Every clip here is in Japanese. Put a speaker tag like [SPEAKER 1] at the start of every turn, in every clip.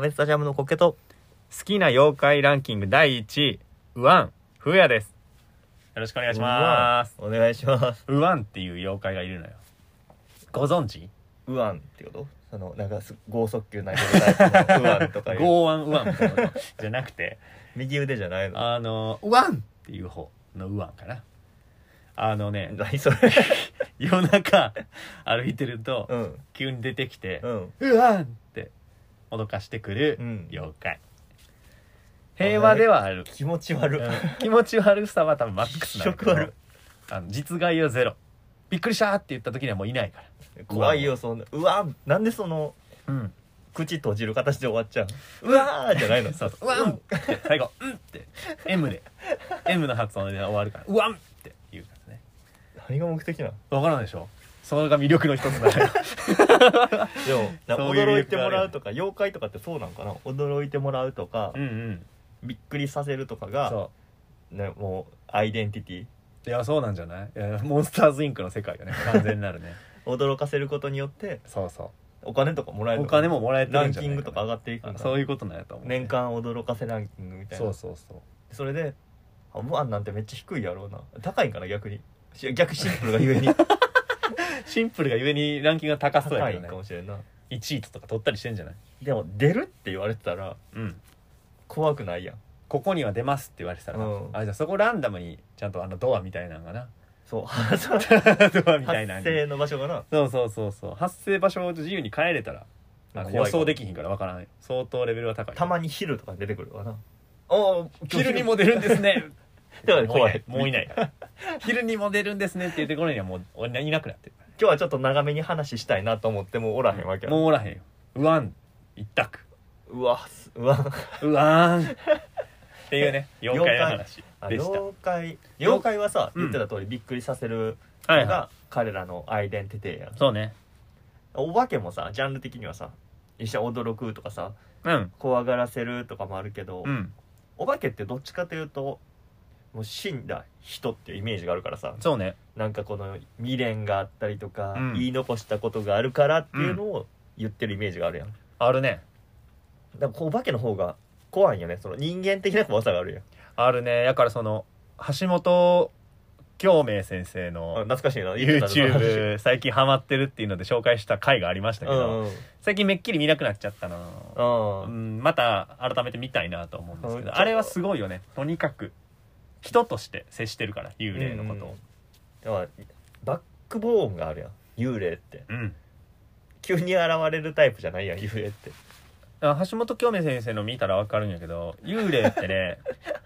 [SPEAKER 1] ベスタジアムのコケと
[SPEAKER 2] 好きな妖怪ランキング第1位ウワンフーヤですよろしくお願いします
[SPEAKER 1] お願いします
[SPEAKER 2] ウワンっていう妖怪がいるのよご存知
[SPEAKER 1] ウアンってことそのなんかす剛速球投げるタイプのウアンとかいう
[SPEAKER 2] ゴーワンウワンみたいなの じゃなくて
[SPEAKER 1] 右腕じゃないの
[SPEAKER 2] あのウワンっていう方のウワンかなあのね
[SPEAKER 1] 何それ
[SPEAKER 2] 夜中歩いてると
[SPEAKER 1] うん
[SPEAKER 2] 急に出てきて
[SPEAKER 1] うん
[SPEAKER 2] 「うわん!」って脅かしてくる
[SPEAKER 1] うん
[SPEAKER 2] 妖怪、平和ではある、
[SPEAKER 1] 気持ち悪
[SPEAKER 2] う
[SPEAKER 1] っ
[SPEAKER 2] ん 気持ち悪さは多分マックスなんだけど
[SPEAKER 1] 気色悪
[SPEAKER 2] あの実害はゼロびっくりしたって言った時にはもういないか
[SPEAKER 1] 怖いよそんなうわなんでその
[SPEAKER 2] らうん
[SPEAKER 1] 口閉じる形で終わっちゃううわーじゃないの
[SPEAKER 2] そうそううわんって最後「 うん」って M で M の発音で終わるから「うわん!」って言うからね
[SPEAKER 1] 何が目的なの
[SPEAKER 2] わからんでしょそれが魅力の一つだよ
[SPEAKER 1] でもな
[SPEAKER 2] そういう
[SPEAKER 1] 驚いてもらうとか妖怪とかってそうなんかな驚いてもらうとか
[SPEAKER 2] うんうん
[SPEAKER 1] びっくりさせるとかが
[SPEAKER 2] そう
[SPEAKER 1] ねもうアイデンティティ
[SPEAKER 2] いやそうなんじゃないいやモンスターズインクの世界よね完全なるね
[SPEAKER 1] 驚かせることによって
[SPEAKER 2] そうそ
[SPEAKER 1] お金とかもらえ
[SPEAKER 2] う
[SPEAKER 1] る
[SPEAKER 2] お
[SPEAKER 1] のか
[SPEAKER 2] 金ももらえて
[SPEAKER 1] ラ
[SPEAKER 2] るん
[SPEAKER 1] ン
[SPEAKER 2] じゃ
[SPEAKER 1] キ
[SPEAKER 2] ない
[SPEAKER 1] ン
[SPEAKER 2] な
[SPEAKER 1] グとか上がっていく
[SPEAKER 2] あ
[SPEAKER 1] のか
[SPEAKER 2] そういうことなんやと思うね、
[SPEAKER 1] 年間驚かせランキングみたいな
[SPEAKER 2] そうそうそう
[SPEAKER 1] それであウアンなんてめっちゃ低いやろうな高いんかな逆にし逆シンプルがゆえ に
[SPEAKER 2] シンプルがゆえにランキングが高そう
[SPEAKER 1] 高
[SPEAKER 2] や
[SPEAKER 1] い
[SPEAKER 2] け
[SPEAKER 1] ん
[SPEAKER 2] ど
[SPEAKER 1] か
[SPEAKER 2] ね
[SPEAKER 1] もしれんな
[SPEAKER 2] 1位とか取ったりしてんじゃない
[SPEAKER 1] でも出るって言われてたら
[SPEAKER 2] うん
[SPEAKER 1] 怖くないやん
[SPEAKER 2] ここには出ますって言われてたら、
[SPEAKER 1] うん
[SPEAKER 2] あじゃあそこランダムにちゃんとあのドアみたいなのが な
[SPEAKER 1] そう発
[SPEAKER 2] ドアみたいなのに
[SPEAKER 1] 生の場所がな
[SPEAKER 2] そうそうそうそう発生場所を自由に変えれたらあ
[SPEAKER 1] 怖
[SPEAKER 2] の
[SPEAKER 1] いか
[SPEAKER 2] 予
[SPEAKER 1] も
[SPEAKER 2] 想できひんからわからんよ相当レベルは高い
[SPEAKER 1] たまに昼とかに出てくるわなおお
[SPEAKER 2] 昼にも出るん ですね
[SPEAKER 1] だから怖い
[SPEAKER 2] もういないもうい ない昼にも出るんですねっていうところにはもう俺いなくなってる
[SPEAKER 1] 今日はちょっと長めに話したいなと思ってもおらへんわけや
[SPEAKER 2] もうおらへんようわん一択
[SPEAKER 1] うわすうわ
[SPEAKER 2] うわーんっていうね 妖怪の話
[SPEAKER 1] あ
[SPEAKER 2] でした
[SPEAKER 1] 妖怪妖怪はさ
[SPEAKER 2] うん
[SPEAKER 1] 言ってた通りびっくりさせる
[SPEAKER 2] は
[SPEAKER 1] の
[SPEAKER 2] いは
[SPEAKER 1] が彼らのアイデンティティや
[SPEAKER 2] いそうね
[SPEAKER 1] お化けもさジャンル的にはさ一緒に驚くとかさ
[SPEAKER 2] うん
[SPEAKER 1] 怖がらせるとかもあるけど、
[SPEAKER 2] うん
[SPEAKER 1] お化けってどっちかというともう死んだ人っていうイメージがあるからさ
[SPEAKER 2] そうね
[SPEAKER 1] なんかこの未練があったりとか、
[SPEAKER 2] うん
[SPEAKER 1] 言い残したことがあるからっていうのを言ってるイメージがあるやん、
[SPEAKER 2] あるね
[SPEAKER 1] だからお化けの方が怖いよねその人間的な怖さがあるやん
[SPEAKER 2] あるねだからその橋本京明先生
[SPEAKER 1] あ
[SPEAKER 2] の
[SPEAKER 1] 懐かしいな
[SPEAKER 2] YouTube 最近ハマってるっていうので紹介した回がありました
[SPEAKER 1] う
[SPEAKER 2] けど、
[SPEAKER 1] んうん
[SPEAKER 2] 最近めっきり見なくなっちゃったな、う
[SPEAKER 1] うん
[SPEAKER 2] ん、また改めて見たいなと思うんですけ
[SPEAKER 1] うん
[SPEAKER 2] どあれはすごいよねとにかく人として接してるから幽霊のことを
[SPEAKER 1] だからバックボーンがあるやん幽霊って
[SPEAKER 2] うん、
[SPEAKER 1] 急に現れるタイプじゃないやん幽霊って
[SPEAKER 2] あ橋本京明先生の見たらわかるんやけど幽霊ってね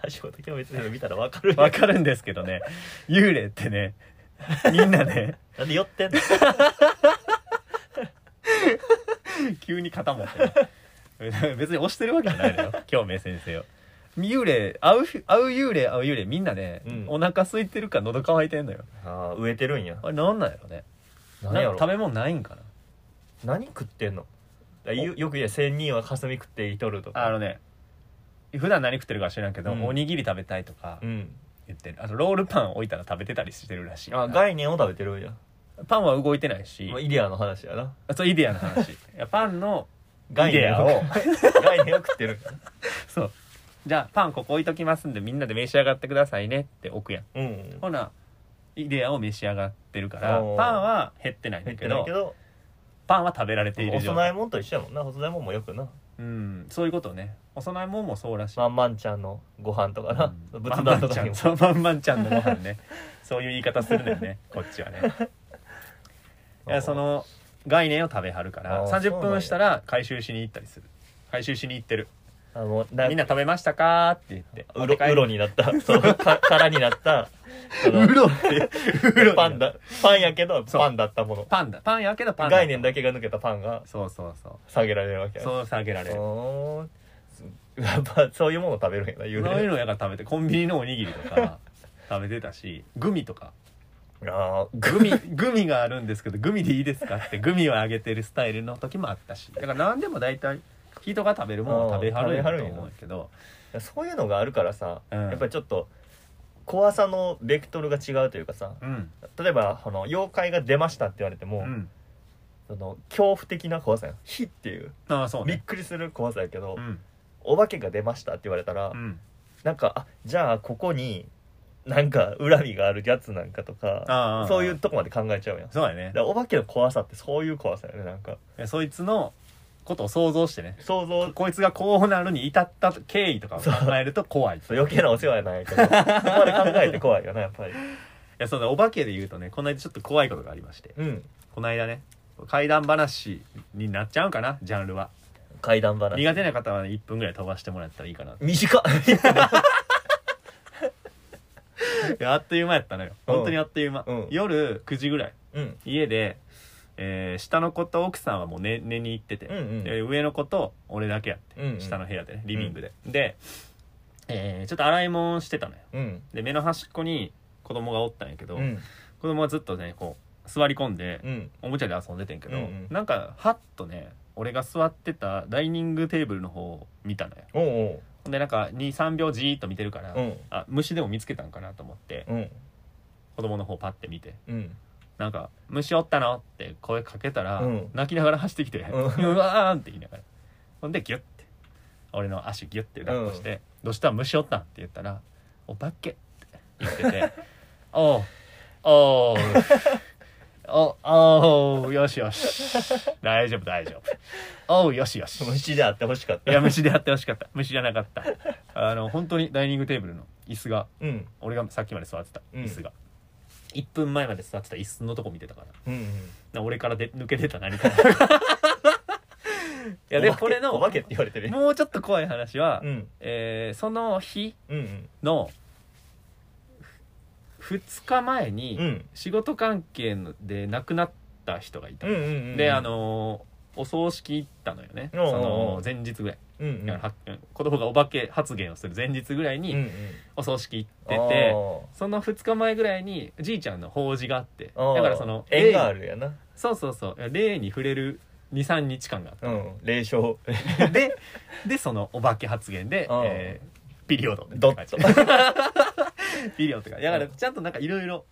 [SPEAKER 1] 橋本今日別に見たらわかるやん
[SPEAKER 2] わかるんですけどね幽霊ってねみんなね
[SPEAKER 1] なんで寄ってんの
[SPEAKER 2] 急に肩持ってね 別に押してるわけじゃない のよ京明先生を幽霊会う会う幽霊会う幽霊みんなね、
[SPEAKER 1] うん
[SPEAKER 2] お腹空いてるか喉乾いてんのよ
[SPEAKER 1] ああ植えてるんや
[SPEAKER 2] あれなんなんやろね
[SPEAKER 1] 何や
[SPEAKER 2] なん
[SPEAKER 1] ろ
[SPEAKER 2] か食べ物ないんかな
[SPEAKER 1] 何食ってんのだよよく言え「仙人はかすみ食っていとる」とか
[SPEAKER 2] あのね普段何食ってるか知らんけど、
[SPEAKER 1] うん
[SPEAKER 2] おにぎり食べたいとか
[SPEAKER 1] うん
[SPEAKER 2] 言ってるあとロールパン置いたら食べてたりしてるらしい
[SPEAKER 1] あ概念を食べてるんや
[SPEAKER 2] パンは動いてないし
[SPEAKER 1] まあイデアの話やな
[SPEAKER 2] あそうイデアの話 いやパンの
[SPEAKER 1] 概
[SPEAKER 2] イデ
[SPEAKER 1] 念
[SPEAKER 2] ア
[SPEAKER 1] を
[SPEAKER 2] を
[SPEAKER 1] 概念を食ってるんや
[SPEAKER 2] そうじゃあパンここ置いときますんでみんなで召し上がってくださいねって置くやん
[SPEAKER 1] うん
[SPEAKER 2] ほなイデアを召し上がってるからパ
[SPEAKER 1] おー
[SPEAKER 2] ンは減ってないんだ
[SPEAKER 1] 減っ
[SPEAKER 2] け
[SPEAKER 1] てない
[SPEAKER 2] ど
[SPEAKER 1] けど
[SPEAKER 2] パンは食べられてい
[SPEAKER 1] お
[SPEAKER 2] る状
[SPEAKER 1] 供え
[SPEAKER 2] 態、
[SPEAKER 1] 物と一緒やもんなお供え物もよくな
[SPEAKER 2] うん、そういうことねお供え物もそうらしい、
[SPEAKER 1] まんまんちゃんのご飯とかな
[SPEAKER 2] うん
[SPEAKER 1] 仏壇とかに
[SPEAKER 2] まんまんちゃん
[SPEAKER 1] も
[SPEAKER 2] そうまんまんちゃんのご飯ねそういう言い方するのよねこっ ちはねいやその概念を食べはるか
[SPEAKER 1] あ
[SPEAKER 2] ら
[SPEAKER 1] ー
[SPEAKER 2] 30分したら回収しに行ったりする回収しに行ってる
[SPEAKER 1] あの
[SPEAKER 2] み
[SPEAKER 1] み
[SPEAKER 2] ん
[SPEAKER 1] ん
[SPEAKER 2] な
[SPEAKER 1] な
[SPEAKER 2] 食べましたかって言って
[SPEAKER 1] うろうろにな ったそうか殻になったそ の
[SPEAKER 2] ろって うろ
[SPEAKER 1] パンだパンやけど
[SPEAKER 2] そう
[SPEAKER 1] パンだったもの
[SPEAKER 2] パンだパンやけどパン
[SPEAKER 1] 概念だ
[SPEAKER 2] け
[SPEAKER 1] けが抜けたパンが
[SPEAKER 2] そうそうそ
[SPEAKER 1] 下げられるわけや
[SPEAKER 2] うそう下げられる
[SPEAKER 1] おーやっぱそういうもの食べるんやな幽
[SPEAKER 2] そういう
[SPEAKER 1] 霊
[SPEAKER 2] のやから食べてコンビニのおにぎりと か食べてたしグミとか
[SPEAKER 1] あー
[SPEAKER 2] グミグミがあるんですけどグミでいいですかってグミをあげてるスタイルの時もあったしだから何でも大体人が食べるものを食べはるんやと思うんやけど
[SPEAKER 1] そういうのがあるからさ、
[SPEAKER 2] うん
[SPEAKER 1] やっぱりちょっと怖さのベクトルが違うというかさ
[SPEAKER 2] うん
[SPEAKER 1] 例えばあの妖怪が出ましたって言われても、
[SPEAKER 2] うん
[SPEAKER 1] その恐怖的な怖さやん火っていう
[SPEAKER 2] ああそう
[SPEAKER 1] びっ
[SPEAKER 2] ね
[SPEAKER 1] くりする怖さやけど、
[SPEAKER 2] うん
[SPEAKER 1] お化けが出ましたって言われたら、
[SPEAKER 2] うん
[SPEAKER 1] なんかあじゃあここになんか恨みがあるやつなんかとか
[SPEAKER 2] ああ
[SPEAKER 1] そういうとこまで考えちゃうやんだか
[SPEAKER 2] そうだね
[SPEAKER 1] らお化けの怖さってそういう怖さやねなんか
[SPEAKER 2] そいつのことを想像してね
[SPEAKER 1] 想像
[SPEAKER 2] こいつがこうなるに至った経緯とかを考えると怖いい
[SPEAKER 1] そう余計なお世話やないけ どそこまで考えて怖いよなやっぱり
[SPEAKER 2] やそうだお化けで言うとねこの間ちょっと怖いことがありまして
[SPEAKER 1] うん
[SPEAKER 2] この間ね怪談話になっちゃうんかなジャンルは
[SPEAKER 1] 怪談話
[SPEAKER 2] 苦手な方は、ね、1分ぐらい飛ばしてもらったらいいかない
[SPEAKER 1] 短っ
[SPEAKER 2] やあっという間やったのよ
[SPEAKER 1] うん
[SPEAKER 2] 本当にあっという間、
[SPEAKER 1] うん
[SPEAKER 2] 夜9時ぐらい
[SPEAKER 1] うん
[SPEAKER 2] 家で、えー下の子と奥さんはもう寝寝に行ってて、
[SPEAKER 1] うんうん
[SPEAKER 2] で上の子と俺だけやって、
[SPEAKER 1] うんうん
[SPEAKER 2] 下の部屋でねリビングで、で、えーちょっと洗い物してたのよ
[SPEAKER 1] うん
[SPEAKER 2] で目の端っこに子供がおったんやけど、
[SPEAKER 1] うん
[SPEAKER 2] 子供はずっとねこう座り込んで、
[SPEAKER 1] うん
[SPEAKER 2] おもちゃで遊んでてんけど、
[SPEAKER 1] うんうん
[SPEAKER 2] なんかハッとね俺が座ってたダイニングテーブルの方を見たのよ
[SPEAKER 1] おう
[SPEAKER 2] ほんでなんか23秒じーっと見てるから、
[SPEAKER 1] おううん
[SPEAKER 2] あ虫でも見つけたんかなと思って、
[SPEAKER 1] うん
[SPEAKER 2] 子供の方パッて見て
[SPEAKER 1] うん
[SPEAKER 2] なんか「虫おったの?」って声かけたら、
[SPEAKER 1] うん
[SPEAKER 2] 泣きながら走ってきて「う
[SPEAKER 1] うん
[SPEAKER 2] わーん!」って言いながらほんでギュッて俺の足ギュッて抱っこして「どうした虫おったん?」って言ったら「お化け」って言って て「おうおうおおうよしよし大丈夫大丈夫おうよしよし」
[SPEAKER 1] 虫であってほしかった
[SPEAKER 2] いや虫でやってほしかった虫じゃなかったあの本当にダイニングテーブルの椅子が
[SPEAKER 1] うん
[SPEAKER 2] 俺がさっきまで座ってた
[SPEAKER 1] うん
[SPEAKER 2] 椅子が、1分前まで座ってた椅子のとこ見てたから
[SPEAKER 1] うんうん
[SPEAKER 2] な俺からで抜けてた何かい
[SPEAKER 1] い
[SPEAKER 2] やでもこれの
[SPEAKER 1] お化けって言われてる
[SPEAKER 2] もうちょっと怖い話は、
[SPEAKER 1] うん
[SPEAKER 2] えーその日
[SPEAKER 1] うん
[SPEAKER 2] の2日前に、
[SPEAKER 1] うんうん
[SPEAKER 2] 仕事関係ので亡くなった人がいた、
[SPEAKER 1] うんうんうん
[SPEAKER 2] であのーお葬式行ったのよね、
[SPEAKER 1] おうおう
[SPEAKER 2] その前日ぐらい、
[SPEAKER 1] うんうん
[SPEAKER 2] だからは子供がお化け発言をする前日ぐらい
[SPEAKER 1] うんう
[SPEAKER 2] に
[SPEAKER 1] ん
[SPEAKER 2] お葬式行って
[SPEAKER 1] あ
[SPEAKER 2] て、
[SPEAKER 1] ー
[SPEAKER 2] その2日前ぐらいにじいちゃんの法事があって
[SPEAKER 1] あー
[SPEAKER 2] だからその
[SPEAKER 1] 縁があ
[SPEAKER 2] 霊
[SPEAKER 1] るやな
[SPEAKER 2] そうそうそう霊に触れる23日間があ
[SPEAKER 1] う
[SPEAKER 2] っ
[SPEAKER 1] ん霊障
[SPEAKER 2] てででそのお化け発言で、
[SPEAKER 1] うん
[SPEAKER 2] えーピリオド
[SPEAKER 1] ドッと
[SPEAKER 2] ピリオドとかだから
[SPEAKER 1] うん
[SPEAKER 2] ちゃんとなんかいろいろ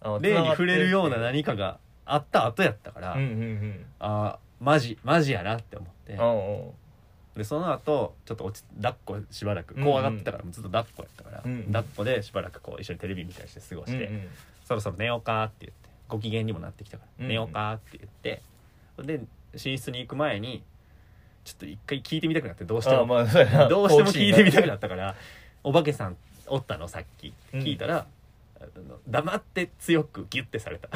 [SPEAKER 1] あの
[SPEAKER 2] 霊に触れるような
[SPEAKER 1] 繋がって
[SPEAKER 2] 何かがあった後やったから、
[SPEAKER 1] るうんうん
[SPEAKER 2] あーマジマジやなって思って
[SPEAKER 1] うんうん
[SPEAKER 2] でその後ちょっと落ち抱っこしばらく怖がってたからもうずっと抱っこやったから、
[SPEAKER 1] うんうん
[SPEAKER 2] 抱っこでしばらくこう一緒にテレビ見たりして過ご
[SPEAKER 1] う
[SPEAKER 2] し
[SPEAKER 1] ん
[SPEAKER 2] て、
[SPEAKER 1] うん
[SPEAKER 2] そろそろ寝ようかって言ってご機嫌にもなってきたから、
[SPEAKER 1] うん
[SPEAKER 2] 寝ようかって言ってで寝室に行く前にちょっと一回聞いてみたくなってどうして
[SPEAKER 1] あーま
[SPEAKER 2] も、
[SPEAKER 1] あそうやな
[SPEAKER 2] どうしても
[SPEAKER 1] 好奇
[SPEAKER 2] 聞
[SPEAKER 1] 心
[SPEAKER 2] い
[SPEAKER 1] が
[SPEAKER 2] てみたくなったから「お化けさんおったのさっき」
[SPEAKER 1] うん
[SPEAKER 2] 聞いたら、あの黙って強くギュッてされた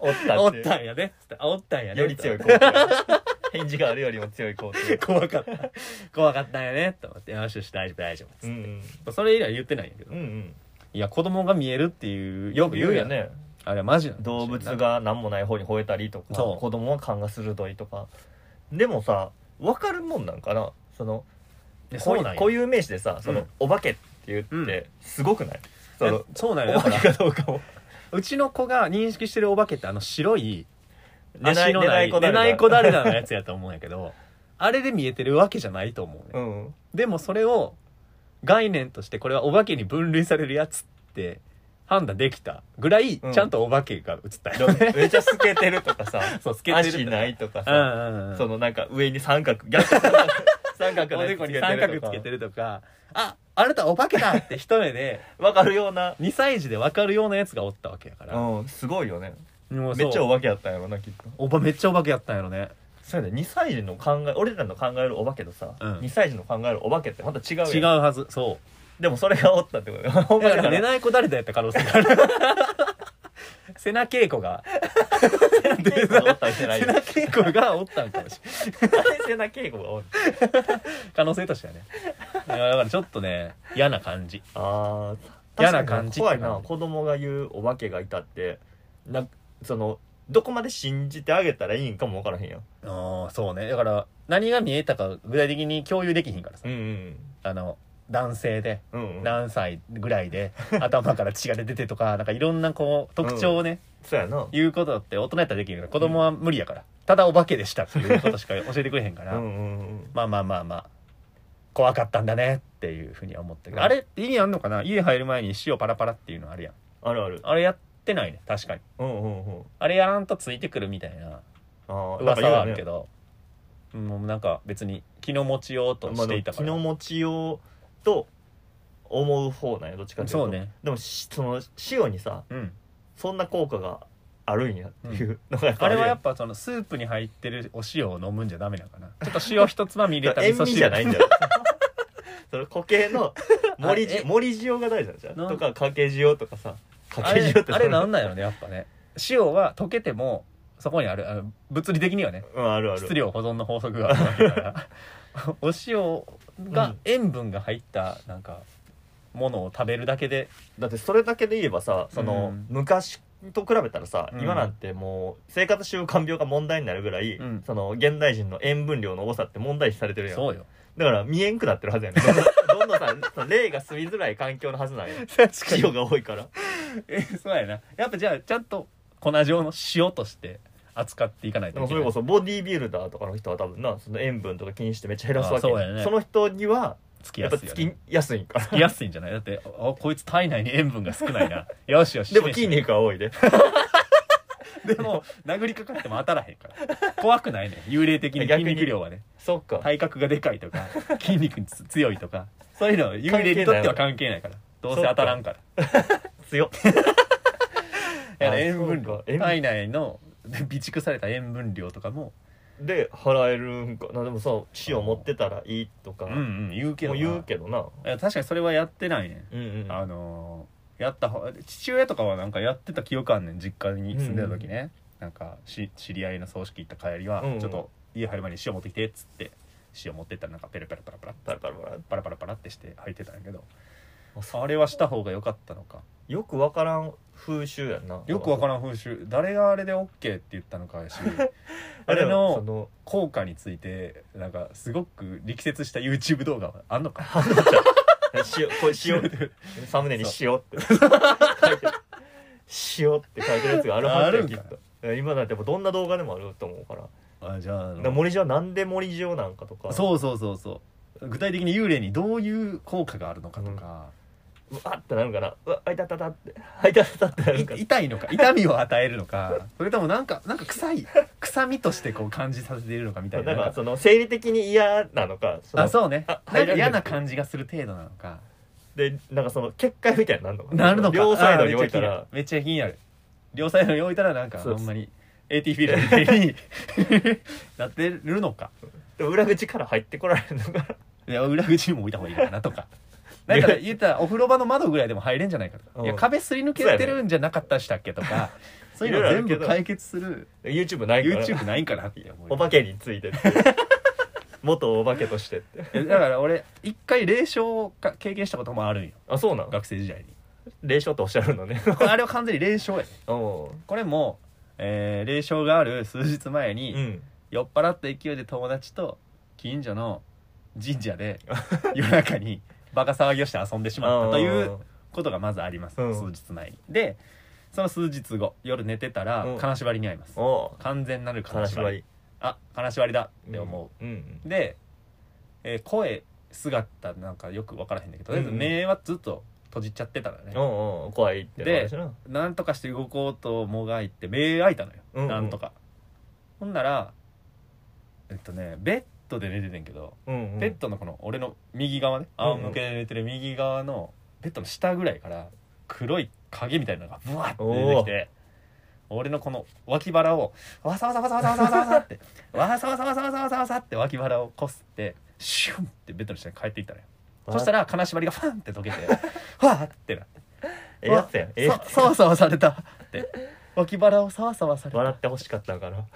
[SPEAKER 1] おっ
[SPEAKER 2] 「 お
[SPEAKER 1] たっ
[SPEAKER 2] ってたんやね」つって「あおったんやね」
[SPEAKER 1] より強い
[SPEAKER 2] と
[SPEAKER 1] 肯 定返事があるよりも強い肯定
[SPEAKER 2] 怖かった怖かったんやねと思って「よしよし大丈夫大丈夫」
[SPEAKER 1] う
[SPEAKER 2] つっ
[SPEAKER 1] ん
[SPEAKER 2] て、それ以来言ってないんやけど、
[SPEAKER 1] うんうんうん
[SPEAKER 2] いや子供が見えるっていうよく言うやんね
[SPEAKER 1] ね
[SPEAKER 2] あれはマジなの
[SPEAKER 1] 動物が何もない方に吠えたりとか
[SPEAKER 2] そう
[SPEAKER 1] 子供は勘が鋭いとかでもさ分かるもんなんかなその
[SPEAKER 2] いや
[SPEAKER 1] こ
[SPEAKER 2] そうう
[SPEAKER 1] い
[SPEAKER 2] なん
[SPEAKER 1] う
[SPEAKER 2] や
[SPEAKER 1] こういう名詞でさその、
[SPEAKER 2] うん
[SPEAKER 1] お化けって言っ
[SPEAKER 2] うん
[SPEAKER 1] てすごくない、
[SPEAKER 2] いや
[SPEAKER 1] その
[SPEAKER 2] そうなんよ
[SPEAKER 1] お
[SPEAKER 2] だか
[SPEAKER 1] 化
[SPEAKER 2] ら
[SPEAKER 1] けかどうかも
[SPEAKER 2] うちの子が認識してるお化けってあの白い
[SPEAKER 1] 寝ない
[SPEAKER 2] 足のない
[SPEAKER 1] 寝ない子だるだ
[SPEAKER 2] 寝ない子だるだのやつやと思うんやけどあれで見えてるわけじゃないと思
[SPEAKER 1] う
[SPEAKER 2] うね、
[SPEAKER 1] ん
[SPEAKER 2] でもそれを概念としてこれはお化けに分類されるやつって判断できたぐらい
[SPEAKER 1] うん
[SPEAKER 2] ちゃんとお化けが映ったよね、
[SPEAKER 1] めちゃ透けてるとかさ
[SPEAKER 2] そう透けてる
[SPEAKER 1] 足ないとか
[SPEAKER 2] うん
[SPEAKER 1] さ、
[SPEAKER 2] うんうん
[SPEAKER 1] そのなんか上に三角逆 三角三角の
[SPEAKER 2] お
[SPEAKER 1] や
[SPEAKER 2] で
[SPEAKER 1] つ
[SPEAKER 2] こ
[SPEAKER 1] つ
[SPEAKER 2] に
[SPEAKER 1] け
[SPEAKER 2] 三
[SPEAKER 1] てると
[SPEAKER 2] 角つ
[SPEAKER 1] か
[SPEAKER 2] けてるとかああなたお化けだって一目で
[SPEAKER 1] 分かるような、
[SPEAKER 2] 2歳児で分かるようなやつがおったわけやから、
[SPEAKER 1] うん、すごいよね
[SPEAKER 2] もうそ
[SPEAKER 1] め
[SPEAKER 2] う
[SPEAKER 1] っちゃお化けやったんやろなきっと
[SPEAKER 2] おばめっちゃお化けやったんやろね
[SPEAKER 1] そうやね2歳児の考え俺らの考えるお化けとさ、
[SPEAKER 2] うん
[SPEAKER 1] 2歳児の考えるお化けってまた違うやん
[SPEAKER 2] 違うはずそう
[SPEAKER 1] でもそれがおったってこと よほんま
[SPEAKER 2] だ
[SPEAKER 1] だ
[SPEAKER 2] か
[SPEAKER 1] から
[SPEAKER 2] 寝
[SPEAKER 1] ら
[SPEAKER 2] ない子誰だやった可能 性がある瀬名恵 子が
[SPEAKER 1] 稽古がおったわけじ
[SPEAKER 2] 瀬
[SPEAKER 1] ゃないよ
[SPEAKER 2] 名恵子がおったんかもしれない
[SPEAKER 1] 瀬名稽古がおった
[SPEAKER 2] 可能性としてはねいやだからちょっとね嫌な感じ
[SPEAKER 1] ああ
[SPEAKER 2] 嫌な感じ
[SPEAKER 1] 怖いな子供が言うお化けがいたってなそのどこまで信じてあげたらいいんかも分からへんやん
[SPEAKER 2] ああそうねだから何が見えたか具体的に共有できひんからさ、
[SPEAKER 1] ん
[SPEAKER 2] あの男性で
[SPEAKER 1] うんうんうん
[SPEAKER 2] 何歳ぐら いで頭から血が出ててとかなんかいろんなこう特徴をね、
[SPEAKER 1] そうやな
[SPEAKER 2] 言うことって大人やったらできるけど子供は無理やから、ただお化けでしたっていうことしか教えてくれへんか
[SPEAKER 1] う
[SPEAKER 2] ら、
[SPEAKER 1] んうんうん
[SPEAKER 2] まあまあまあまあ怖かったんだねっていうふうには思ったけど、
[SPEAKER 1] うん
[SPEAKER 2] あれって意味あんのかな家入る前に塩パラパラっていうのあるやん
[SPEAKER 1] あるある
[SPEAKER 2] あれやってないね確かに
[SPEAKER 1] うんうんうん
[SPEAKER 2] あれやらんとついてくるみたいな
[SPEAKER 1] あーなんか
[SPEAKER 2] 噂
[SPEAKER 1] 言うよね
[SPEAKER 2] はあるけど、うんもうなんか別に気の持ちようとしていたから、
[SPEAKER 1] まあでも気の持ちようと思う方なんやどっちかっていうと
[SPEAKER 2] そうね
[SPEAKER 1] でもしその塩にさ
[SPEAKER 2] うん、
[SPEAKER 1] そんな効果があるんやっていうのがやっぱ
[SPEAKER 2] あれはやっ
[SPEAKER 1] ぱ
[SPEAKER 2] ぱそのスープに入ってるお塩を飲むんじゃダメなの かなちょっと塩一つまみ入れた味
[SPEAKER 1] 塩
[SPEAKER 2] 噌汁
[SPEAKER 1] 味じゃないん だよその固形の森
[SPEAKER 2] あえ
[SPEAKER 1] 塩森塩が大事なんじゃん
[SPEAKER 2] なん
[SPEAKER 1] とかかけ塩とかさか
[SPEAKER 2] あ
[SPEAKER 1] け
[SPEAKER 2] れ
[SPEAKER 1] 塩って
[SPEAKER 2] あれ
[SPEAKER 1] その
[SPEAKER 2] なんなんやろねやっぱね塩は溶けてもそこにあるあの物理的にはね
[SPEAKER 1] うんあるある
[SPEAKER 2] 質量保存の法則があるわけだから お塩
[SPEAKER 1] う
[SPEAKER 2] が
[SPEAKER 1] ん
[SPEAKER 2] 塩分が入ったなんかものを食べるだけで
[SPEAKER 1] だってそれだけで言えばさその、
[SPEAKER 2] うん
[SPEAKER 1] 昔と比べたらさ、
[SPEAKER 2] うん
[SPEAKER 1] 今なんてもう生活習慣病が問題になるぐらい、
[SPEAKER 2] うん
[SPEAKER 1] その現代人の塩分量の多さって問題視されてるやん
[SPEAKER 2] そうよ
[SPEAKER 1] だから見えんくなってるはずやねんどんどんどんどんさ その霊が住みづらい環境のはずなんや
[SPEAKER 2] 確
[SPEAKER 1] 塩が多いから
[SPEAKER 2] えそうやなやっぱじゃあちゃんと粉状の塩として扱っていかない
[SPEAKER 1] で
[SPEAKER 2] とい
[SPEAKER 1] も
[SPEAKER 2] け
[SPEAKER 1] それ
[SPEAKER 2] な
[SPEAKER 1] こ
[SPEAKER 2] い
[SPEAKER 1] そボディービルダーとかの人は多分なその塩分とか気にしてめっちゃ減らすわけ
[SPEAKER 2] あそうやね
[SPEAKER 1] の人には
[SPEAKER 2] つき
[SPEAKER 1] や
[SPEAKER 2] や
[SPEAKER 1] っぱ
[SPEAKER 2] す
[SPEAKER 1] つ
[SPEAKER 2] いよね
[SPEAKER 1] きやすいんから
[SPEAKER 2] つきやすいんじゃないだってあこいつ体内に塩分が少な いなよしよし
[SPEAKER 1] でも
[SPEAKER 2] しめし
[SPEAKER 1] 筋肉は多いで
[SPEAKER 2] でも殴りかかっても当たらへんから怖くないね幽霊的に
[SPEAKER 1] 逆に
[SPEAKER 2] 筋肉量はね
[SPEAKER 1] そっか
[SPEAKER 2] 体格がでかいと か筋肉につ強いとかそういうのは幽霊にとっては関係ないからどうせ当たらんから
[SPEAKER 1] 強っ
[SPEAKER 2] だから塩分
[SPEAKER 1] そう
[SPEAKER 2] 量
[SPEAKER 1] か塩分
[SPEAKER 2] 体内ので備蓄された塩分量とかも
[SPEAKER 1] で払えるんかなでもさ塩持ってたらいいとか、
[SPEAKER 2] うんうん言うけど
[SPEAKER 1] もう
[SPEAKER 2] な
[SPEAKER 1] 言うけどない
[SPEAKER 2] や確かにそれはやってないね
[SPEAKER 1] うんうん
[SPEAKER 2] あのーやったほ父親とかはなんかやってた記憶あんねん実家に住んでた時ね、なんかし知り合いの葬式行った帰りは、
[SPEAKER 1] うんうん
[SPEAKER 2] ちょっと家入る前に塩持ってきてっつって塩持ってったらなんかペラペラペラペラ
[SPEAKER 1] パラパラパラ
[SPEAKER 2] パラパラパラってして入ってたんやけど
[SPEAKER 1] あそ
[SPEAKER 2] あれはした方が良かったのか
[SPEAKER 1] よくわからん風習やんな
[SPEAKER 2] よくわから
[SPEAKER 1] ん
[SPEAKER 2] らん風習誰があれで OK って言ったのか やしあれの
[SPEAKER 1] の
[SPEAKER 2] 効果についてなんかすごく力説した YouTube 動画 はあんのかな
[SPEAKER 1] 塩これ 塩サムネに「塩」って書いてる「塩」って書いてるやつがあるはず
[SPEAKER 2] あ
[SPEAKER 1] や
[SPEAKER 2] るん
[SPEAKER 1] きっ
[SPEAKER 2] か
[SPEAKER 1] と今だってもうどんな動画でもあると思うから
[SPEAKER 2] あじゃああ
[SPEAKER 1] だ
[SPEAKER 2] の
[SPEAKER 1] から森塩なんで森塩なんかとか
[SPEAKER 2] そうそうそうそう具体的に幽霊にどういう効果があるのかとか、
[SPEAKER 1] うわってなるからうわあいたたたってあいたたたってなるから
[SPEAKER 2] い痛いのか痛みを与えるのかそれともなんかなんか臭い臭みとしてこう感じさせているのかみたいな
[SPEAKER 1] なん
[SPEAKER 2] なん
[SPEAKER 1] か
[SPEAKER 2] か
[SPEAKER 1] その生理的に嫌なのかその
[SPEAKER 2] あそうね
[SPEAKER 1] あ
[SPEAKER 2] なんか
[SPEAKER 1] 入ら
[SPEAKER 2] 嫌
[SPEAKER 1] な
[SPEAKER 2] な
[SPEAKER 1] くて
[SPEAKER 2] 感じがする程度なのか
[SPEAKER 1] でなんかその結界みたいになるのか
[SPEAKER 2] なるのか
[SPEAKER 1] 両サイド
[SPEAKER 2] あー
[SPEAKER 1] に置いたら
[SPEAKER 2] めっちゃ気になるめっちゃ気になる両サイドに置いたらなんか
[SPEAKER 1] そう
[SPEAKER 2] ほんまに AT フィールドみたいに なってるのか
[SPEAKER 1] でも裏口から入ってこられるのが
[SPEAKER 2] いや裏口も置いた方がいいのかなとかなんか言ったらお風呂場の窓ぐらいでも入れんじゃないかと
[SPEAKER 1] う
[SPEAKER 2] か
[SPEAKER 1] ん
[SPEAKER 2] いや壁すり抜けてるんじゃなかったしたっけとかそういうの全部解決する
[SPEAKER 1] YouTube ないから
[SPEAKER 2] YouTube ないんかなって思う
[SPEAKER 1] お化けについて って元お化けとしてって
[SPEAKER 2] えだから俺一回霊障をか経験したこともあるんよ
[SPEAKER 1] あそうなの
[SPEAKER 2] 学生時代に
[SPEAKER 1] 霊障っておっしゃるのね
[SPEAKER 2] これあれは完全に霊障やね
[SPEAKER 1] お
[SPEAKER 2] これも、えー霊障がある数日前
[SPEAKER 1] う
[SPEAKER 2] に、
[SPEAKER 1] うん
[SPEAKER 2] 酔っ払った勢いで友達と近所の神社で夜中にバカ騒ぎをして遊んでしまったということがまずあります、
[SPEAKER 1] うん
[SPEAKER 2] 数日前にでその数日後夜寝てたら
[SPEAKER 1] うん
[SPEAKER 2] 金縛りに遭います
[SPEAKER 1] おお
[SPEAKER 2] 完全なる金
[SPEAKER 1] 悲し
[SPEAKER 2] 縛り
[SPEAKER 1] ばり
[SPEAKER 2] あ金縛りだって思う、
[SPEAKER 1] うんうん
[SPEAKER 2] で、えー声姿なんかよく分からへんだけどとりあえず
[SPEAKER 1] うんうん
[SPEAKER 2] 目はずっと閉じちゃってたのね、
[SPEAKER 1] おうおう怖いって
[SPEAKER 2] で
[SPEAKER 1] 話な
[SPEAKER 2] なんとかして動こうともがいて目開いたのよ、
[SPEAKER 1] うんうん
[SPEAKER 2] なんとかほんならえっとねベッドで寝ててんけど、
[SPEAKER 1] うんうん
[SPEAKER 2] ベッドのこの俺の右側ね
[SPEAKER 1] うんうん
[SPEAKER 2] 仰向けで寝てる右側のベッドの下ぐらいから黒い影みたいなのがブワッて出てきて俺のこの脇腹をわさわさわさわさわさわさわさってわさわさわさわさわさわさって脇腹をこすってシュンってベッドの下に帰っていったのよそしたら金縛りがファンって溶けて ファーってなって
[SPEAKER 1] ええやつやんええや
[SPEAKER 2] さ
[SPEAKER 1] つ
[SPEAKER 2] さわさわされたって脇腹をさわさわされ
[SPEAKER 1] 笑
[SPEAKER 2] た
[SPEAKER 1] ってほしかったんか な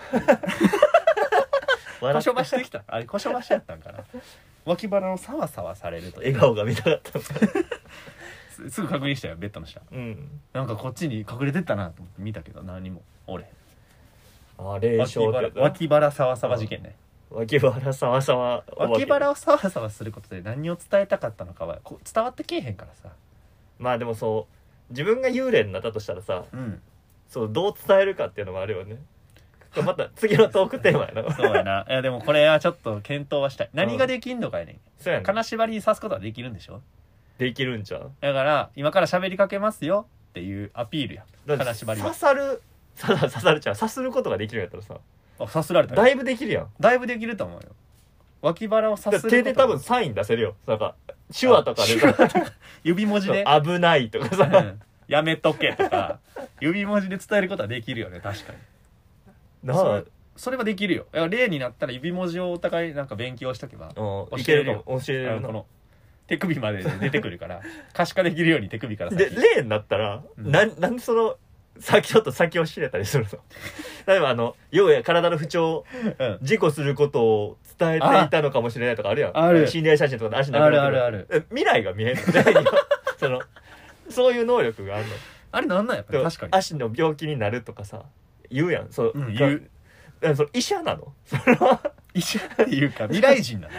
[SPEAKER 2] 故
[SPEAKER 1] 笑って
[SPEAKER 2] 障ばしてきたあれ故障ばしやったんかな脇腹をさわさわされるという
[SPEAKER 1] 笑顔が見たかったんかな
[SPEAKER 2] すすぐ確認したよベッドの下
[SPEAKER 1] うん
[SPEAKER 2] なんかこっちに隠れてったなと思って見たけど何も俺
[SPEAKER 1] あ霊
[SPEAKER 2] 脇
[SPEAKER 1] 障
[SPEAKER 2] 腹
[SPEAKER 1] って
[SPEAKER 2] 脇腹さわさわ事件ね
[SPEAKER 1] 脇腹さわさわお化け
[SPEAKER 2] 脇腹をさわさわすることで何を伝えたかったのかはこう伝わってけえへんからさ
[SPEAKER 1] まあでもそう自分が幽霊になったとしたらさ
[SPEAKER 2] うん
[SPEAKER 1] そうどう伝えるかっていうのもあるよねこれまた次のトークテーマや な
[SPEAKER 2] そうやないやでもこれはちょっと検討はしたい何ができんのかやね
[SPEAKER 1] そうや
[SPEAKER 2] ん
[SPEAKER 1] ね
[SPEAKER 2] 金縛りに刺すことはできるんでしょ
[SPEAKER 1] できるんちゃう
[SPEAKER 2] だから今から喋りかけますよっていうアピールや
[SPEAKER 1] だって
[SPEAKER 2] 金縛りは
[SPEAKER 1] 刺さる刺さ刺さるちゃう刺することができるんやったらさ
[SPEAKER 2] あさすられた
[SPEAKER 1] だ
[SPEAKER 2] だい
[SPEAKER 1] いぶできるやん
[SPEAKER 2] だいぶできると思うよ脇腹をさ
[SPEAKER 1] だか
[SPEAKER 2] す
[SPEAKER 1] ら
[SPEAKER 2] る
[SPEAKER 1] 手で
[SPEAKER 2] こと
[SPEAKER 1] 多
[SPEAKER 2] も
[SPEAKER 1] 分サイン出せるよなんか手話とかで
[SPEAKER 2] あ手指文字で
[SPEAKER 1] そう危ないとか
[SPEAKER 2] う
[SPEAKER 1] さ
[SPEAKER 2] んやめとけとか指文字で伝えることはできるよね確かに
[SPEAKER 1] な
[SPEAKER 2] それはできるよいや例になったら指文字をお互いなんか勉強しとけば、
[SPEAKER 1] あうんい
[SPEAKER 2] 教
[SPEAKER 1] け
[SPEAKER 2] え
[SPEAKER 1] る
[SPEAKER 2] るよ
[SPEAKER 1] かも教え
[SPEAKER 2] あ
[SPEAKER 1] る
[SPEAKER 2] のこ
[SPEAKER 1] な
[SPEAKER 2] の手首まで出てくるから 可視化できるように手首から
[SPEAKER 1] で
[SPEAKER 2] 先
[SPEAKER 1] 例になったら、
[SPEAKER 2] うん
[SPEAKER 1] なん、なんでその先ちょっと先を知れたりするの 例えばあの要や体の不調
[SPEAKER 2] うん
[SPEAKER 1] 事故することを伝えていたのかもしれないとかあるやん
[SPEAKER 2] ある
[SPEAKER 1] 心霊写真とかで足なくな
[SPEAKER 2] あ
[SPEAKER 1] って
[SPEAKER 2] るあるある
[SPEAKER 1] え未来が見える そのそういう能力がある
[SPEAKER 2] あれなんなんやっぱり
[SPEAKER 1] の
[SPEAKER 2] 確かに
[SPEAKER 1] 足の病気になるとかさ言うやんそう、
[SPEAKER 2] うん、言う
[SPEAKER 1] かその医者なの
[SPEAKER 2] 医者っていうか未来人なの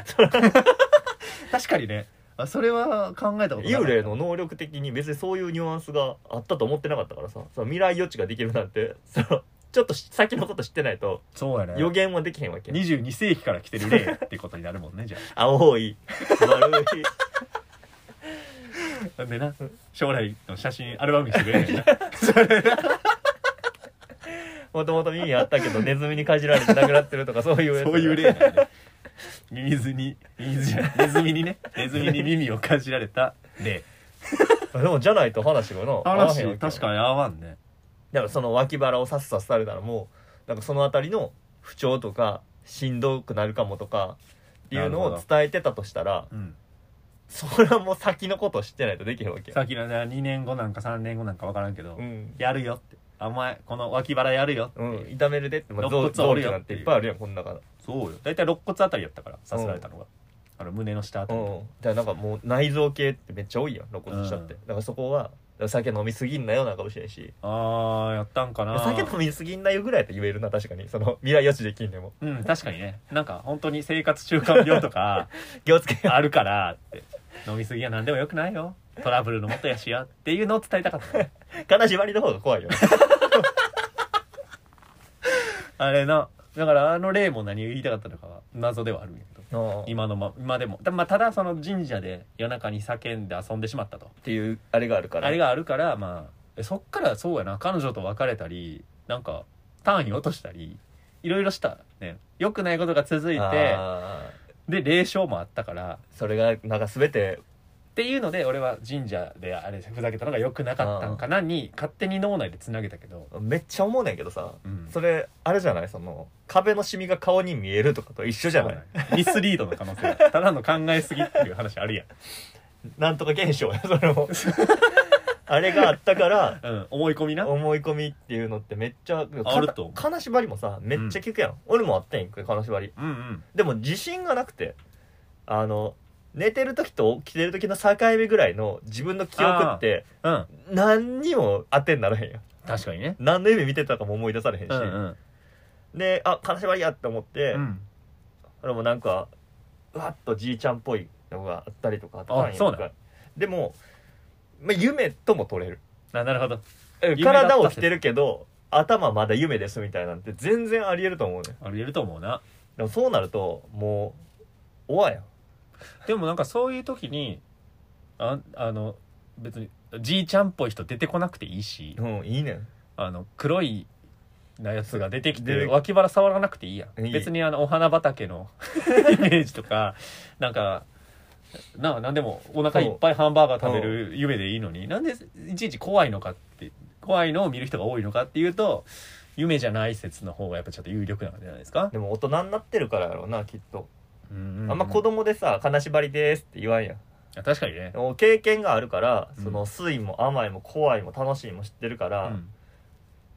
[SPEAKER 2] 確かにねあそれは考えたことなかっ
[SPEAKER 1] 幽
[SPEAKER 2] た
[SPEAKER 1] 霊の能力的に別にそういうニュアンスがあったと思ってなかったからさその未来予知ができるなんてそのちょっと先のこと知ってないと
[SPEAKER 2] そうやね
[SPEAKER 1] 予言はできへんわけやん
[SPEAKER 2] 22世紀から来てる霊ってことになるもんねじゃ
[SPEAKER 1] 青い丸い
[SPEAKER 2] あでな将来の写真アルバムにしてくれるんやな それな
[SPEAKER 1] もともと耳あったけどネズミにかじられて亡くなってるとかそういうやつ
[SPEAKER 2] そういう例なんでミミズにミミズじゃないネズミにねネズミに耳をかじられた例
[SPEAKER 1] でもじゃないと話がな
[SPEAKER 2] 話
[SPEAKER 1] 合わへんわけやん
[SPEAKER 2] 確かに合わんね
[SPEAKER 1] だからその脇腹をさっさされたらもうなんかその辺りの不調とかしんどくなるかもとかっていうの
[SPEAKER 2] なる
[SPEAKER 1] を
[SPEAKER 2] ほ
[SPEAKER 1] 伝えてたとしたら
[SPEAKER 2] うん
[SPEAKER 1] それはもう先のことを知ってないとできへんわけや
[SPEAKER 2] さっきのな2年後なんか3年後なんか分からんけど、
[SPEAKER 1] うん、
[SPEAKER 2] やるよってお前この脇腹やるよって、
[SPEAKER 1] うん、痛めるでって、まあ、
[SPEAKER 2] 肋
[SPEAKER 1] 臓
[SPEAKER 2] 骨折
[SPEAKER 1] 臓
[SPEAKER 2] る
[SPEAKER 1] 器
[SPEAKER 2] よ
[SPEAKER 1] なんていっぱいあるやんこん中の
[SPEAKER 2] そうよ大体肋骨あたりやったからさすられたのが、あの胸の下あたり
[SPEAKER 1] うんじゃあなんかもう内臓系ってめっちゃ多いやん肋骨下って、
[SPEAKER 2] うん
[SPEAKER 1] だからそこはだから酒飲みすぎんなよなんかもしれんし
[SPEAKER 2] あーやったんかな
[SPEAKER 1] 酒飲みすぎんなよぐらいやって言えるな確かにその未来予知できんでも
[SPEAKER 2] うん確かにねなんか本当に生活習慣病とか
[SPEAKER 1] 気をつけよう
[SPEAKER 2] あるからって飲みすぎは何でもよくないよトラブルのもとやしやっていうのを伝えたかった
[SPEAKER 1] 金縛りの方が怖いよ
[SPEAKER 2] あれなだからあの例も何を言いたかったのかは謎ではあるんやけど
[SPEAKER 1] うんっ
[SPEAKER 2] 今のま今でもた,、まあ、ただその神社で夜中に叫んで遊んでしまったと
[SPEAKER 1] ていうあれがあるから
[SPEAKER 2] あれがあるからまあえそっからそうやな彼女と別れたりなんか単位落としたりいろいろしたね良くないことが続いて
[SPEAKER 1] あー
[SPEAKER 2] で霊障もあったから
[SPEAKER 1] それがなんか全て
[SPEAKER 2] っていうので俺は神社であれふざけたのが良くなかったんかなに勝手に脳内でつなげたけど、
[SPEAKER 1] めっちゃ思うねんけどさ
[SPEAKER 2] うん、
[SPEAKER 1] それあれじゃないその壁のシミが顔に見えるとかと一緒じゃない
[SPEAKER 2] そうなんやミスリードの可能性ただの考えすぎっていう話あるや
[SPEAKER 1] なんとか現象や それもあれがあったから
[SPEAKER 2] ん、うん、 思い込みな
[SPEAKER 1] 思い込みっていうのってめっちゃ
[SPEAKER 2] あると思う
[SPEAKER 1] 金縛りもさめっちゃ効くやん、俺もあったんや金縛り
[SPEAKER 2] うんうん
[SPEAKER 1] でも自信がなくてあの寝てる時と起きてる時の境目ぐらいの自分の記憶って
[SPEAKER 2] うん
[SPEAKER 1] 何にも当てにならへんやん
[SPEAKER 2] 確かにね
[SPEAKER 1] 何の夢見てたかも思い出されへんし、
[SPEAKER 2] うんうん
[SPEAKER 1] であ金縛りやって思って、
[SPEAKER 2] うん
[SPEAKER 1] あれもなんかうわっとじいちゃんっぽいのがあったりとかあったん
[SPEAKER 2] あ
[SPEAKER 1] や
[SPEAKER 2] そうなん
[SPEAKER 1] かでも、まあ、夢とも取れる
[SPEAKER 2] あなるほど
[SPEAKER 1] え
[SPEAKER 2] 夢だった
[SPEAKER 1] 体起きてるけど頭まだ夢ですみたいなんて全然ありえると思うね
[SPEAKER 2] ありえると思うな
[SPEAKER 1] でもそうなるともうおわやん
[SPEAKER 2] でもなんかそういう時にああの別にじいちゃんっぽい人出てこなくていいし、
[SPEAKER 1] うんいいねん
[SPEAKER 2] あの黒いなやつが出てき
[SPEAKER 1] 出
[SPEAKER 2] て
[SPEAKER 1] て
[SPEAKER 2] 脇腹触らなくていいやん
[SPEAKER 1] いい
[SPEAKER 2] 別にあのお花畑 のイメージとかなんかなあ何でもお腹いっぱいハンバーガー食べる夢でいいのになんでいちいち怖いのかって怖いのを見る人が多いのかっていうと夢じゃない説の方がやっぱちょっと有力なんじゃないですか、
[SPEAKER 1] でも大人になってるからやろうなきっと
[SPEAKER 2] うんうんうん
[SPEAKER 1] あんま子供でさ「金縛りです」って言わんやん
[SPEAKER 2] いや確かにね
[SPEAKER 1] で、も経験があるから
[SPEAKER 2] うん
[SPEAKER 1] その酸いも甘いも怖いも楽しいも知ってるか
[SPEAKER 2] う
[SPEAKER 1] ら、
[SPEAKER 2] ん、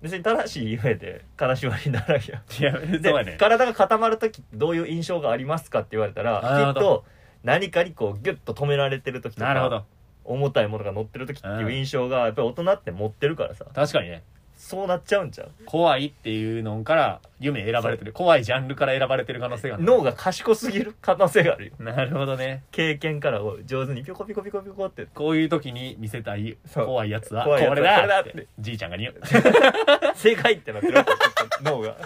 [SPEAKER 1] 別に正しい夢で金縛りにならんやん
[SPEAKER 2] いやそう
[SPEAKER 1] で、
[SPEAKER 2] やね
[SPEAKER 1] 体が固まる時ってどういう印象がありますかって言われた
[SPEAKER 2] あー
[SPEAKER 1] らきっ
[SPEAKER 2] なるほ
[SPEAKER 1] と何かにこうギュッと止められてる時と
[SPEAKER 2] なるほど
[SPEAKER 1] か重たいものが乗ってる時っていう印象がやっぱり大人って持ってるからさ
[SPEAKER 2] 確かにね
[SPEAKER 1] そうなっちゃうんちゃう
[SPEAKER 2] 怖いっていうのから夢選ばれてる怖いジャンルから選ばれてる可能性がある
[SPEAKER 1] 脳が賢すぎる可能性があるよ
[SPEAKER 2] なるほどね
[SPEAKER 1] 経験からを上手にピョコピョコピョコピョコって
[SPEAKER 2] こういう時に見せたい
[SPEAKER 1] そう
[SPEAKER 2] 怖いやつはこ
[SPEAKER 1] 怖いやつは
[SPEAKER 2] れだ
[SPEAKER 1] これだ
[SPEAKER 2] っ
[SPEAKER 1] って
[SPEAKER 2] てじいちゃんが言う
[SPEAKER 1] 正解ってなってるわけ脳が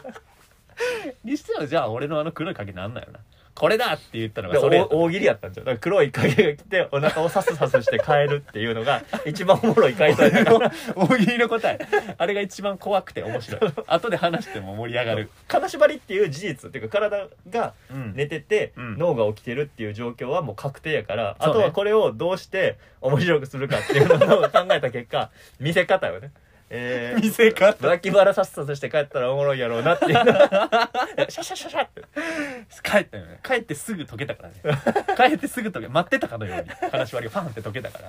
[SPEAKER 2] にしてはじゃあ俺のあの黒い影なんなんやろなこれだって言ったの
[SPEAKER 1] で
[SPEAKER 2] がそれや
[SPEAKER 1] 大
[SPEAKER 2] った
[SPEAKER 1] 大喜利やったんじゃんだから黒い影が来てお腹をサスサスして変えるっていうのが一番おもろい回答やったか ら
[SPEAKER 2] 大喜利の答えあれが一番怖くて面白い後で話しても盛り上がる、
[SPEAKER 1] 金縛りっていう事実っていうか体が
[SPEAKER 2] うん
[SPEAKER 1] 寝てて、
[SPEAKER 2] うん
[SPEAKER 1] 脳が起きてるっていう状況はもう確定やから、
[SPEAKER 2] そう
[SPEAKER 1] あ
[SPEAKER 2] ね
[SPEAKER 1] とはこれをどうして面白くするかっていうのを考えた結 果見せ方よね。えー、
[SPEAKER 2] 見せ方
[SPEAKER 1] 脇腹さっさとして帰ったらおもろいやろうな っていうのシャシャシャシャって
[SPEAKER 2] 帰ったよね帰ってすぐ溶け たからね帰ってすぐ溶け待ってたかのように話割りがパンって溶けたか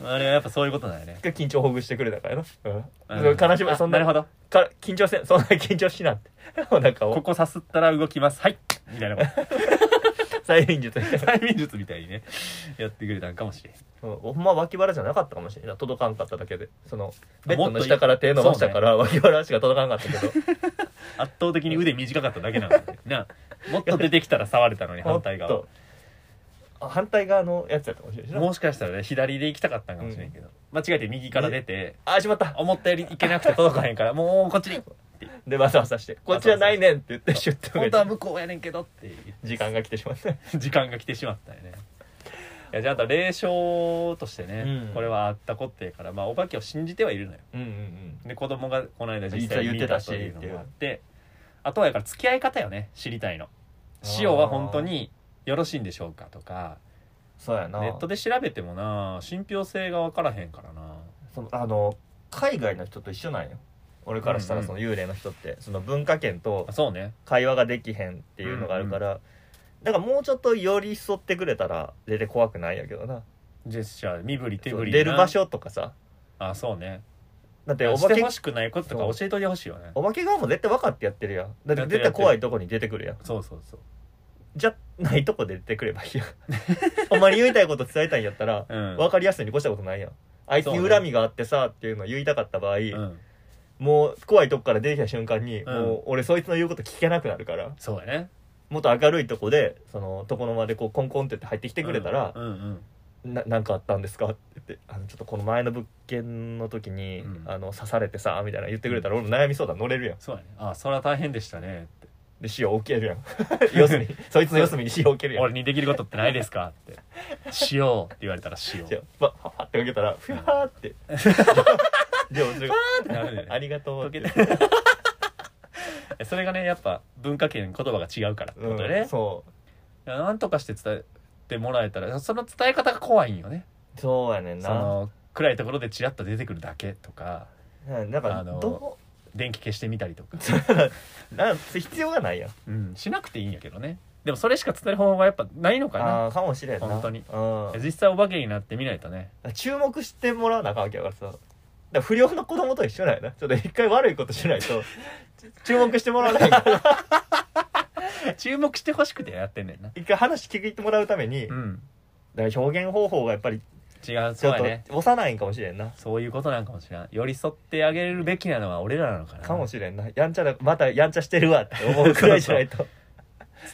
[SPEAKER 2] らあれはやっぱそういうことだよね、
[SPEAKER 1] 緊張をほぐしてくれたからな、うん
[SPEAKER 2] うん
[SPEAKER 1] 悲しみ
[SPEAKER 2] あ
[SPEAKER 1] そんな
[SPEAKER 2] るほど
[SPEAKER 1] か緊張せんそんな緊張しなって お腹
[SPEAKER 2] こ
[SPEAKER 1] を
[SPEAKER 2] こさすったら動きますはいみたいなこと
[SPEAKER 1] 催眠術みたいな
[SPEAKER 2] 催眠術みたいにねやってくれたんかもしれん
[SPEAKER 1] うんほんま脇腹じゃなかったかもしれない届かんかっただけでそのベッド
[SPEAKER 2] も
[SPEAKER 1] の
[SPEAKER 2] っとい
[SPEAKER 1] 下から手伸ばしたから、脇腹しか届かんかったけど
[SPEAKER 2] 圧倒的に腕短かっただけなの になもっと出てきたら触れたのに反対側
[SPEAKER 1] ほんとあ反対側のやつやったかもしれないしな
[SPEAKER 2] もしかしたらね左で行きたかったんかもしれんけど、間違えて右から出て
[SPEAKER 1] あしまった
[SPEAKER 2] 思ったより行けなくて届かへんからもうこっちに
[SPEAKER 1] でわさわさして「こっちはないねん」って言ってシュッと
[SPEAKER 2] 本当は向こうやねんけどっていう
[SPEAKER 1] 時間が来てしまった
[SPEAKER 2] 時間が来てしまったよねいやじゃああと霊障としてね、
[SPEAKER 1] うん
[SPEAKER 2] これはあったことやから、まあ、お化けを信じてはいるのよ
[SPEAKER 1] うんうんうん
[SPEAKER 2] で子供がこの間実
[SPEAKER 1] 実は
[SPEAKER 2] 際
[SPEAKER 1] 言っ
[SPEAKER 2] 見
[SPEAKER 1] て
[SPEAKER 2] た
[SPEAKER 1] たし
[SPEAKER 2] というのもあってあとはやから付き合い方よね知りたいの
[SPEAKER 1] あー
[SPEAKER 2] 塩は本当によろしいんでしょうかとか
[SPEAKER 1] そうやな
[SPEAKER 2] ネットで調べてもな信憑性が分からへんからな
[SPEAKER 1] そのあの海外の人と一緒なんよ俺からした
[SPEAKER 2] う
[SPEAKER 1] ら
[SPEAKER 2] んうん
[SPEAKER 1] その幽霊の人ってその文化圏と
[SPEAKER 2] あそうね
[SPEAKER 1] 会話ができへんっていうのがあるから、だからもうちょっと寄り添ってくれたら全然怖くないんやけどな
[SPEAKER 2] ジェスチャー身振り手
[SPEAKER 1] そう
[SPEAKER 2] 振りな
[SPEAKER 1] 出る場所とかさ
[SPEAKER 2] あそうね
[SPEAKER 1] だってお
[SPEAKER 2] し
[SPEAKER 1] 化
[SPEAKER 2] て
[SPEAKER 1] け
[SPEAKER 2] ほしくないこととか教えといてほしいよね
[SPEAKER 1] お化け側も絶対分かってやってるやんだって絶対怖いとこに出てくるやん
[SPEAKER 2] そうそうそう
[SPEAKER 1] じゃないとこで出てくればいいやん お前に言いたいこと伝えたいんやったら
[SPEAKER 2] うん
[SPEAKER 1] 分かりやすいに越したことないやんあいつに恨みがあってさっていうのを言いたかった場合、
[SPEAKER 2] うん
[SPEAKER 1] もう怖いとこから出てきた瞬間に、
[SPEAKER 2] うん
[SPEAKER 1] もう俺そいつの言うこと聞けなくなるから
[SPEAKER 2] そうやね
[SPEAKER 1] もっと明るいとこでその床の間でこうコンコンってって入ってきてくれたら、
[SPEAKER 2] うんうん
[SPEAKER 1] ななんかあったんですか?」って言ってあの「ちょっとこの前の物件の時に、
[SPEAKER 2] うん
[SPEAKER 1] あの刺されてさ」みたいな言ってくれたら俺の悩み相談乗れるやん
[SPEAKER 2] そうやねあそれは大変でしたねって
[SPEAKER 1] で死を置けるやん 四隅 そいつの四隅に死を置けるやん
[SPEAKER 2] 俺にできることってないですかって 「しよう」って言われたら「しよう」
[SPEAKER 1] じゃあバッハッハッてかけたらふやーって でもそれ
[SPEAKER 2] ってなるよね
[SPEAKER 1] ありがとう
[SPEAKER 2] 溶
[SPEAKER 1] っ
[SPEAKER 2] け
[SPEAKER 1] て
[SPEAKER 2] てそれがねやっぱ文化圏言葉が違うからってことで
[SPEAKER 1] う
[SPEAKER 2] ね
[SPEAKER 1] ん、、そ
[SPEAKER 2] なんとかして伝えてもらえたらその伝え方が怖いんよね
[SPEAKER 1] うそうやねん
[SPEAKER 2] そ
[SPEAKER 1] な
[SPEAKER 2] の暗いところでチラッと出てくるだけとか
[SPEAKER 1] うんだから
[SPEAKER 2] あの
[SPEAKER 1] どこ
[SPEAKER 2] 電気消してみたりとか、
[SPEAKER 1] なん必要がないやん
[SPEAKER 2] うん、しなくていいんやけどねでもそれしか伝える方法がやっぱないのかな
[SPEAKER 1] あーかもしれんな
[SPEAKER 2] 本当に
[SPEAKER 1] うん
[SPEAKER 2] 実際お化けになってみないとね
[SPEAKER 1] 注目してもらわなあかんわけやからさだから不良の子供と一緒なんやなちょっと一回悪いことしない と注目してもらわないから
[SPEAKER 2] 注目してほしくてやってんねんな
[SPEAKER 1] 一回話聞いてもらうために、
[SPEAKER 2] うん
[SPEAKER 1] だから表現方法がやっぱり
[SPEAKER 2] 違う
[SPEAKER 1] ち
[SPEAKER 2] そ
[SPEAKER 1] ょっ
[SPEAKER 2] うや
[SPEAKER 1] と
[SPEAKER 2] ね
[SPEAKER 1] 幼いんかもしれんな、
[SPEAKER 2] そういうことなんかもしれない寄り添ってあげるべきなのは俺らなのかな
[SPEAKER 1] かもしれんなやんちゃなまたやんちゃしてるわって思うくらいじゃないと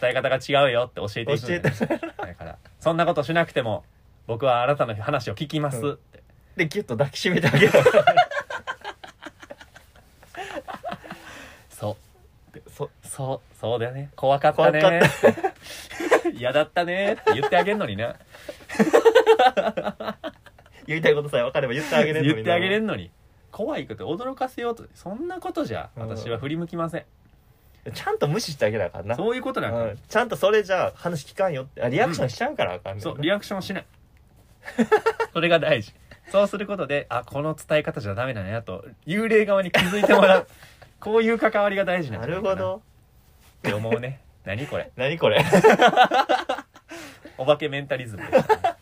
[SPEAKER 2] 伝え方が違うよって教えていくんだよね
[SPEAKER 1] 教
[SPEAKER 2] だからそんなことしなくても僕はあなたの話を聞きます
[SPEAKER 1] うん
[SPEAKER 2] って、
[SPEAKER 1] でギュッと抱きしめてあげ る
[SPEAKER 2] そう
[SPEAKER 1] そ
[SPEAKER 2] そうそうだよね怖かったね
[SPEAKER 1] 怖か
[SPEAKER 2] 嫌だったねって言ってあげるのにな
[SPEAKER 1] 言いたいことさえ分かれば言ってあげれるのにな
[SPEAKER 2] 言ってあげれんのに怖いこと驚かせようとそんなことじゃ
[SPEAKER 1] うん
[SPEAKER 2] 私は振り向きません、
[SPEAKER 1] ちゃんと無視してあげなあかんな
[SPEAKER 2] そういうことなんか、
[SPEAKER 1] うんちゃんとそれじゃあ話聞かんよってあリアクションしちゃうからあかんねんな
[SPEAKER 2] そうリアクションしないそれが大事そうすることであこの伝え方じゃダメだねあと幽霊側に気づいて もらうこういう関わりが大事なん
[SPEAKER 1] な
[SPEAKER 2] じゃな
[SPEAKER 1] る
[SPEAKER 2] いかな
[SPEAKER 1] ほど
[SPEAKER 2] って思うね何これ
[SPEAKER 1] 何こ れ
[SPEAKER 2] お化けメンタリズムでしたね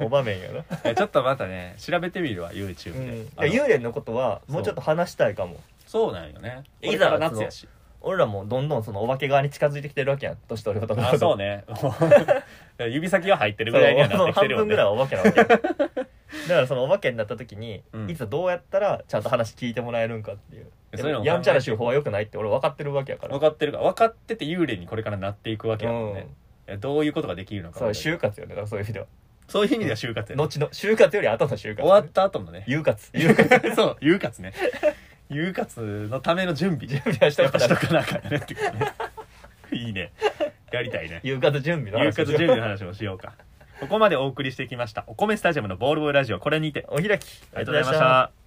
[SPEAKER 1] お場面やな、
[SPEAKER 2] いやちょっとまたね調べてみるわ YouTube
[SPEAKER 1] うん、い、
[SPEAKER 2] であ
[SPEAKER 1] や
[SPEAKER 2] の
[SPEAKER 1] 幽霊のことはもうちょっと話したいかも
[SPEAKER 2] そうなんよね
[SPEAKER 1] いざ
[SPEAKER 2] いざ夏やし
[SPEAKER 1] 俺らもどんどんそのお化け側に近づいてきてるわけやん年取ること
[SPEAKER 2] あそうねもう 指先は入ってるぐらいにはなってきて
[SPEAKER 1] 半
[SPEAKER 2] るも
[SPEAKER 1] 分
[SPEAKER 2] ん
[SPEAKER 1] ぐ
[SPEAKER 2] ね
[SPEAKER 1] らいはお化けなわけだ からそのお化けになった時に、
[SPEAKER 2] うん
[SPEAKER 1] いつどうやったらちゃんと話聞いてもらえるんかっていうで
[SPEAKER 2] そういうのも
[SPEAKER 1] やんちゃな手法は良くないって俺分かってるわけやから
[SPEAKER 2] 分かってるから分かってて幽霊にこれからなっていくわけやもんね、いやどういうことができるの
[SPEAKER 1] うん、
[SPEAKER 2] か
[SPEAKER 1] そう就活よねだからそういう意味では
[SPEAKER 2] そういう意味では就活やね
[SPEAKER 1] 後の就活より後の就活
[SPEAKER 2] 終わった後の ね
[SPEAKER 1] 有活有活
[SPEAKER 2] そう有活ね有活のための準備
[SPEAKER 1] 準備はし
[SPEAKER 2] や
[SPEAKER 1] た
[SPEAKER 2] っ
[SPEAKER 1] か
[SPEAKER 2] ぱ
[SPEAKER 1] ら
[SPEAKER 2] しとかなあかんねってことねいいねやりたいね
[SPEAKER 1] 夕方準備の
[SPEAKER 2] 夕
[SPEAKER 1] 話
[SPEAKER 2] 活準備の話もしようかここまでお送りしてきましたお米スタジアムのボールボーイラジオこれにて
[SPEAKER 1] お開き
[SPEAKER 2] ありがとうございました